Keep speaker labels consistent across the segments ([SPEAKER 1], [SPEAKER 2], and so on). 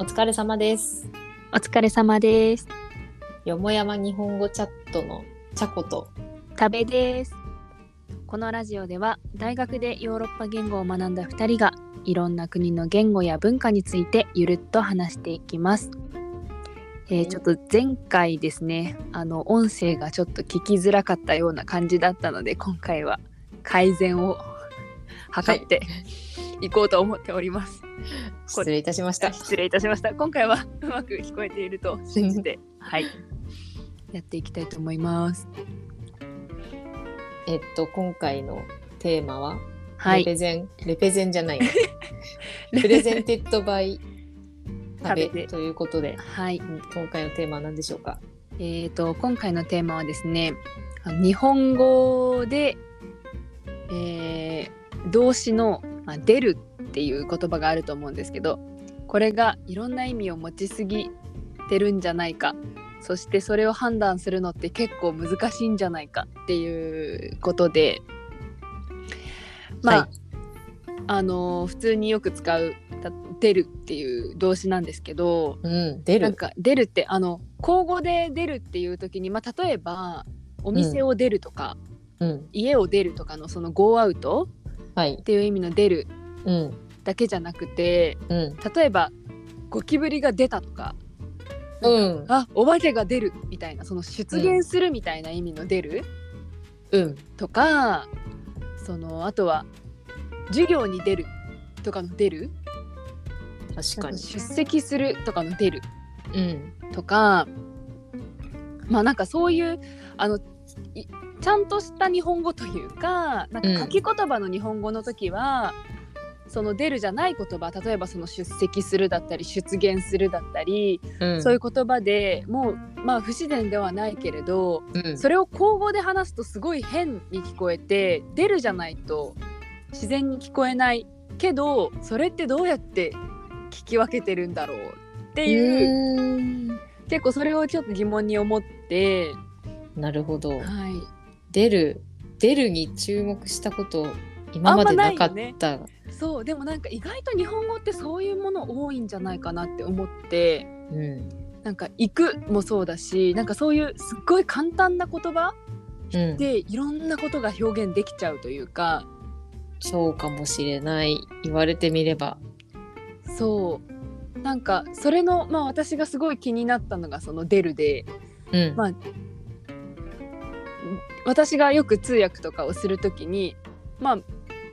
[SPEAKER 1] 疲れ様です。
[SPEAKER 2] お疲れ様です。
[SPEAKER 1] よもやま日本語チャットのチャコと。
[SPEAKER 2] 食べです。このラジオでは大学でヨーロッパ言語を学んだ2人がいろんな国の言語や文化についてゆるっと話していきます。えーちょっと前回ですねあの音声がちょっと聞きづらかったような感じだったので今回は改善を図っていこうと思っております。
[SPEAKER 1] 失礼いたしました。
[SPEAKER 2] 失礼いたしました。今回は うまく聞こえていると信じて、はい、やっていきたいと思います。
[SPEAKER 1] えっと、今回のテーマは、
[SPEAKER 2] は
[SPEAKER 1] レ
[SPEAKER 2] い、
[SPEAKER 1] ペゼン、レペゼンじゃない な。プレゼンテッドバイ
[SPEAKER 2] 食
[SPEAKER 1] 食べ
[SPEAKER 2] べ
[SPEAKER 1] ということで、
[SPEAKER 2] はい、
[SPEAKER 1] 今回のテーマは何でしょうか。
[SPEAKER 2] えーと今回のテーマはですね、あの日本語で、えー動詞のまあ出るっていう言葉があると思うんですけど、これがいろんな意味を持ちすぎてるんじゃないか。そしてそれを判断するのって結構難しいんじゃないかっていうことで、まあ、
[SPEAKER 1] はい
[SPEAKER 2] あの普通によく使うた出るっていう動詞なんですけど、
[SPEAKER 1] うん、出
[SPEAKER 2] なん
[SPEAKER 1] る。
[SPEAKER 2] か出るってあの口語で出るっていう時に、まあ、例えばお店を出るとか、
[SPEAKER 1] うん、
[SPEAKER 2] 家を出るとかのその go アウト
[SPEAKER 1] はい
[SPEAKER 2] っ。ていう意味の出る
[SPEAKER 1] うん、
[SPEAKER 2] だけじゃなくて
[SPEAKER 1] うん、
[SPEAKER 2] 例えばゴキブリが出たとか
[SPEAKER 1] うん、
[SPEAKER 2] あお化けが出るみたいなその出現するみたいな意味の出る
[SPEAKER 1] うん、
[SPEAKER 2] とか、そのあとは授業に出るとかの出る
[SPEAKER 1] 確か
[SPEAKER 2] なんか
[SPEAKER 1] に。
[SPEAKER 2] 出席するとかの出る
[SPEAKER 1] うん、
[SPEAKER 2] とかまあなんかそういうあのいちゃんとした日本語というかなん
[SPEAKER 1] うん
[SPEAKER 2] か書き言葉の日本語の時は、その出るじゃない言葉例えばその出席するだったり出現するだったり、
[SPEAKER 1] うん、
[SPEAKER 2] そういう言葉でもうまあ不自然ではないけれど、
[SPEAKER 1] うん、
[SPEAKER 2] それを口語で話すとすごい変に聞こえて出るじゃないと自然に聞こえないけどそれってどうやって聞き分けてるんだろうってい
[SPEAKER 1] う
[SPEAKER 2] う。
[SPEAKER 1] ーん
[SPEAKER 2] 結構それをちょっと疑問に思って、
[SPEAKER 1] なるほど。
[SPEAKER 2] はい、
[SPEAKER 1] 出る出るに注目したこと今までなかった、
[SPEAKER 2] そうでもなんか意外と日本語ってそういうもの多いんじゃないかなって思って
[SPEAKER 1] うん
[SPEAKER 2] なんか「行く」もそうだしなんかそういうすっごい簡単な言葉
[SPEAKER 1] うん、
[SPEAKER 2] でいろんなことが表現できちゃうというか
[SPEAKER 1] そうかもしれない言われてみれば
[SPEAKER 2] そうなんかそれのまあ私がすごい気になったのがその「出る」で
[SPEAKER 1] うん、
[SPEAKER 2] まあ私がよく通訳とかをするときにまあ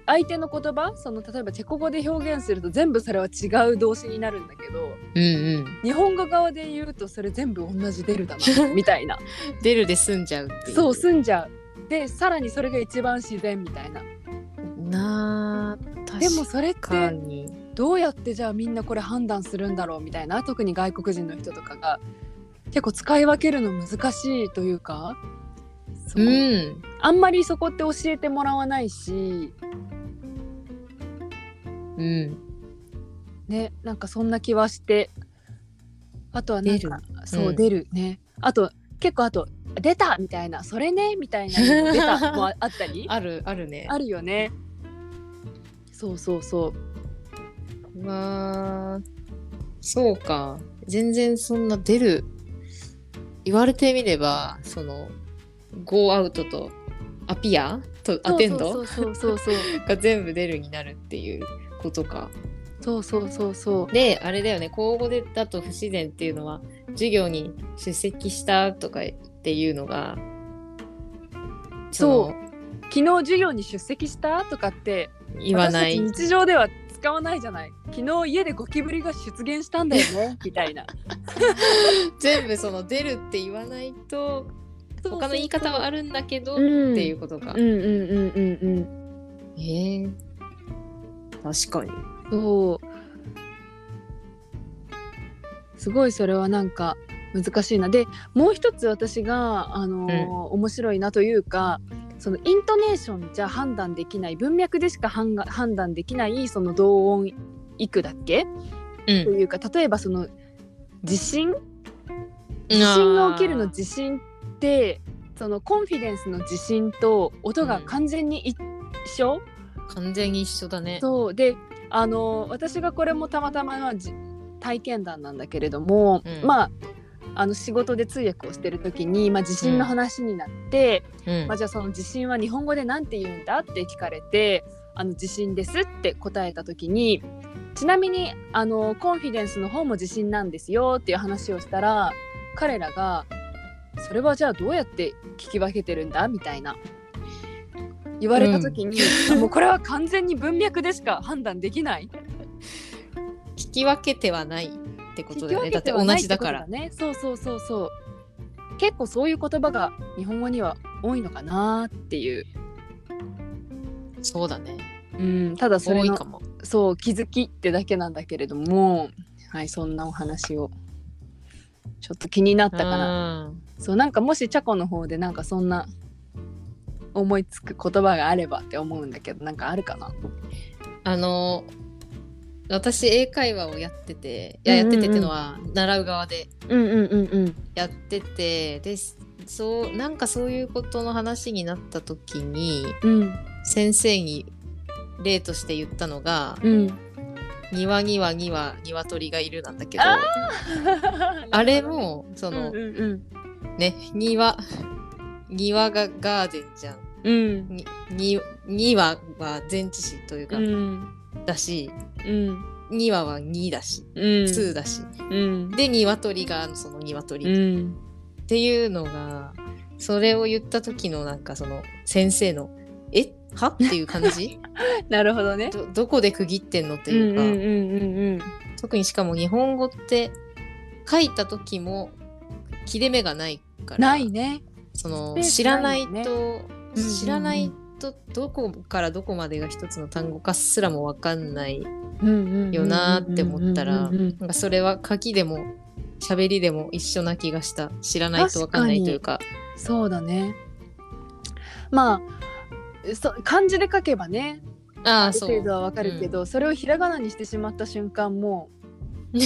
[SPEAKER 2] 相手の言葉その例えばチェコ語で表現すると全部それは違う動詞になるんだけど
[SPEAKER 1] うんうん
[SPEAKER 2] 日本語側で言うとそれ全部同じ出るだな みたいな
[SPEAKER 1] 出るで済んじゃうっていう
[SPEAKER 2] そう済んじゃうでさらにそれが一番自然みたいな
[SPEAKER 1] なあ確か
[SPEAKER 2] で
[SPEAKER 1] に
[SPEAKER 2] もそれってどうやってじゃあみんなこれ判断するんだろうみたいな特に外国人の人とかが結構使い分けるの難しいというかそう
[SPEAKER 1] うん
[SPEAKER 2] あんまりそこって教えてもらわないし
[SPEAKER 1] うん
[SPEAKER 2] ねなんかそんな気はしてあとはなんかそう、
[SPEAKER 1] うん
[SPEAKER 2] 出るねあと結構あと「出た!」みたいな「それね」みたいな「出た」もあったり
[SPEAKER 1] あるあるね
[SPEAKER 2] あるよね。そうそうそう
[SPEAKER 1] わーそうか全然そんな出る言われてみればそのゴーアウトとアピアと
[SPEAKER 2] う。
[SPEAKER 1] アテンド
[SPEAKER 2] そうそうそうそう
[SPEAKER 1] が全部出るになるっていうことか。
[SPEAKER 2] そう。そうそうそうそう。
[SPEAKER 1] であれだよね口語でだと不自然っていうのは授業に出席したとかっていうのがそ
[SPEAKER 2] そう
[SPEAKER 1] の
[SPEAKER 2] 昨日授業に出席したとかって
[SPEAKER 1] 言わない
[SPEAKER 2] 私たち日常では使わないじゃない。昨日家でゴキブリが出現したんだよねみたいな。
[SPEAKER 1] 全部その出るって言わないと 他の言い方はあ
[SPEAKER 2] る
[SPEAKER 1] るんだけどっ
[SPEAKER 2] うん
[SPEAKER 1] ていうことか。
[SPEAKER 2] うんうんうんうんうん。
[SPEAKER 1] へえ確かに。
[SPEAKER 2] そうすごいそれはなんか難しいなでもう一つ私が、あのー
[SPEAKER 1] うん
[SPEAKER 2] 面白いなというかそのイントネーションじゃ判断できない文脈でしか判が判断できないその同音いくだっけ
[SPEAKER 1] う
[SPEAKER 2] と
[SPEAKER 1] ん、
[SPEAKER 2] いうか例えばその地震地震が起きるの地震ってそのコンフィデンスの地震と音が完全に一緒、
[SPEAKER 1] 完全に一緒だね。
[SPEAKER 2] そうであの私がこれもたまたまじ体験談なんだけれども、
[SPEAKER 1] うん
[SPEAKER 2] まああの仕事で通訳をしてる時に、まあ、地震の話になって、
[SPEAKER 1] うん
[SPEAKER 2] まあ、じゃあその地震は日本語で何て言うんだって聞かれて「あの地震です」って答えた時にちなみにあのコンフィデンスの方も地震なんですよっていう話をしたら彼らが「それはじゃあどうやって聞き分けてるんだ?」みたいな言われた時に、もうこれは完全に文脈でしか判断できない。
[SPEAKER 1] 聞き分けてはないってことだよね
[SPEAKER 2] 引き分けては
[SPEAKER 1] だって同
[SPEAKER 2] ない
[SPEAKER 1] じだから
[SPEAKER 2] ってことだねそうそうそうそう結構そういう言葉が日本語には多いのかなっていう、
[SPEAKER 1] そうだね
[SPEAKER 2] うん、ただそ
[SPEAKER 1] 多
[SPEAKER 2] れ
[SPEAKER 1] い
[SPEAKER 2] の
[SPEAKER 1] かも
[SPEAKER 2] そう気づきってだけなんだけれどもはいそんなお話をちょっと気になったかな
[SPEAKER 1] な
[SPEAKER 2] そうなんかもしチャコの方でなんかそんな思いつく言葉があればって思うんだけどなんかあるかな
[SPEAKER 1] あの私英会話をやってていややっててってのは習う側で
[SPEAKER 2] うんうんうんうん
[SPEAKER 1] やっててでそうなんかそういうことの話になった時に
[SPEAKER 2] うん
[SPEAKER 1] 先生に例として言ったのが
[SPEAKER 2] うん
[SPEAKER 1] 「にわにわにわ鶏がいる」なんだけど
[SPEAKER 2] あ
[SPEAKER 1] あれも そ
[SPEAKER 2] うん
[SPEAKER 1] の、
[SPEAKER 2] うんうん
[SPEAKER 1] ね庭庭がガーデンじゃん。
[SPEAKER 2] うん
[SPEAKER 1] にににはは前置詞というか、
[SPEAKER 2] うん
[SPEAKER 1] だし
[SPEAKER 2] うん
[SPEAKER 1] にははにだし、
[SPEAKER 2] うん
[SPEAKER 1] つーだし
[SPEAKER 2] うん
[SPEAKER 1] で鶏がその鶏、
[SPEAKER 2] う
[SPEAKER 1] っ
[SPEAKER 2] ん
[SPEAKER 1] ていうのがそれを言った時のなんかその先生の「えは?」っていう感 じ
[SPEAKER 2] なるほどね。
[SPEAKER 1] どどこで区切ってんのって
[SPEAKER 2] うん
[SPEAKER 1] いう
[SPEAKER 2] うん
[SPEAKER 1] か、
[SPEAKER 2] うん
[SPEAKER 1] 特にしかも日本語って書いた時も切れ目がないから
[SPEAKER 2] ないね。
[SPEAKER 1] その
[SPEAKER 2] スペー
[SPEAKER 1] 知
[SPEAKER 2] ス
[SPEAKER 1] ら
[SPEAKER 2] な
[SPEAKER 1] ないい
[SPEAKER 2] よね
[SPEAKER 1] と、
[SPEAKER 2] うんうんうん
[SPEAKER 1] 知らないとどこからどこまでが一つの単語かすらも分かんないよなーって思ったら
[SPEAKER 2] うんうんうんうんうん
[SPEAKER 1] なんかそれは書きでも喋りでも一緒な気がした知らないと分かんないというか
[SPEAKER 2] そうだね。まあそ漢字で書けばね
[SPEAKER 1] あ
[SPEAKER 2] あ
[SPEAKER 1] あ
[SPEAKER 2] る
[SPEAKER 1] そ
[SPEAKER 2] 程
[SPEAKER 1] う
[SPEAKER 2] 度はわかるけど、それをひらがなにしてしまった瞬間 もう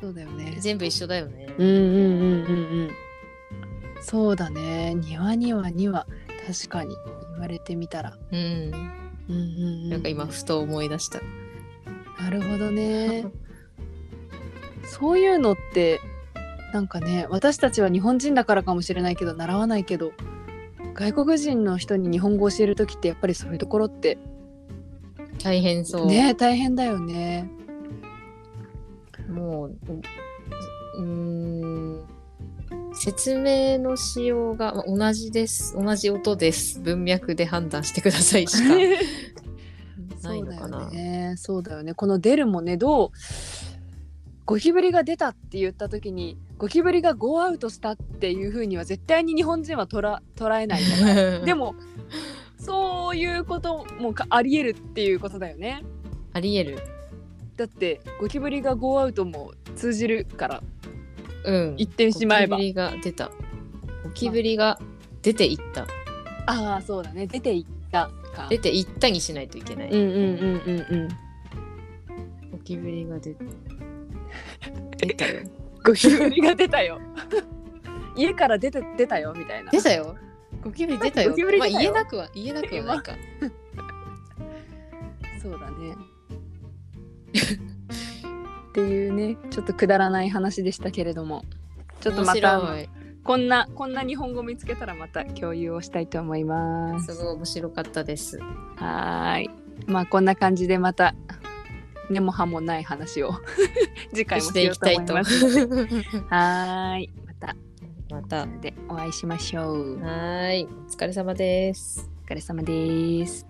[SPEAKER 2] そうだよね。
[SPEAKER 1] 全部一緒だよね、
[SPEAKER 2] うんうんうんうんうん。そうだね。庭にはには確かに言われてみたら。
[SPEAKER 1] うん、
[SPEAKER 2] うんうんうん、
[SPEAKER 1] なんか今ふと思い出した、
[SPEAKER 2] なるほどね。そういうのってなんかね私たちは日本人だからかもしれないけど習わないけど外国人の人に日本語を教える時ってやっぱりそういうところって
[SPEAKER 1] 大変そう、
[SPEAKER 2] ね大変だよね。
[SPEAKER 1] もうううん説明の仕様がまあ同じです同じ音です文脈で判断してください しかないのかな
[SPEAKER 2] そうだよねそうだよねこの「出る」もねどうゴキブリが出たって言った時にゴキブリがゴーアウトしたっていうふうには絶対に日本人はとら捉えないじゃな いで
[SPEAKER 1] も
[SPEAKER 2] もそういうこともかありえるっていうことだよね。
[SPEAKER 1] ありえる
[SPEAKER 2] だってゴキブリがゴーアウトも通じるから
[SPEAKER 1] うん
[SPEAKER 2] 言ってしまえば
[SPEAKER 1] ゴキブリが出たゴキブリが出ていった
[SPEAKER 2] ああそうだね出ていったか
[SPEAKER 1] 出ていったにしないといけない、
[SPEAKER 2] うんうんうんうんうん
[SPEAKER 1] ゴキブリが出出た よ
[SPEAKER 2] ゴキブリが出たよ家から出て出たよみたいな
[SPEAKER 1] 出たよゴキブリ出たよ
[SPEAKER 2] ゴキブリ出たよ
[SPEAKER 1] まあ、言えなくは言えなくはないか
[SPEAKER 2] そうだねっていうねちょっとくだらない話でしたけれどもちょっとま
[SPEAKER 1] 面
[SPEAKER 2] た
[SPEAKER 1] 白い
[SPEAKER 2] こんなこんな日本語見つけたらまた共有をしたいと思います
[SPEAKER 1] すごい面白かったです
[SPEAKER 2] はーい。まあこんな感じでまた根も葉もない話を 次回も
[SPEAKER 1] し
[SPEAKER 2] して
[SPEAKER 1] い
[SPEAKER 2] よう
[SPEAKER 1] き
[SPEAKER 2] と
[SPEAKER 1] た
[SPEAKER 2] 思
[SPEAKER 1] い
[SPEAKER 2] い
[SPEAKER 1] と。
[SPEAKER 2] ますはーい。また
[SPEAKER 1] または
[SPEAKER 2] でお会いしましょう。
[SPEAKER 1] ーいお疲れ様です
[SPEAKER 2] お疲れ様です。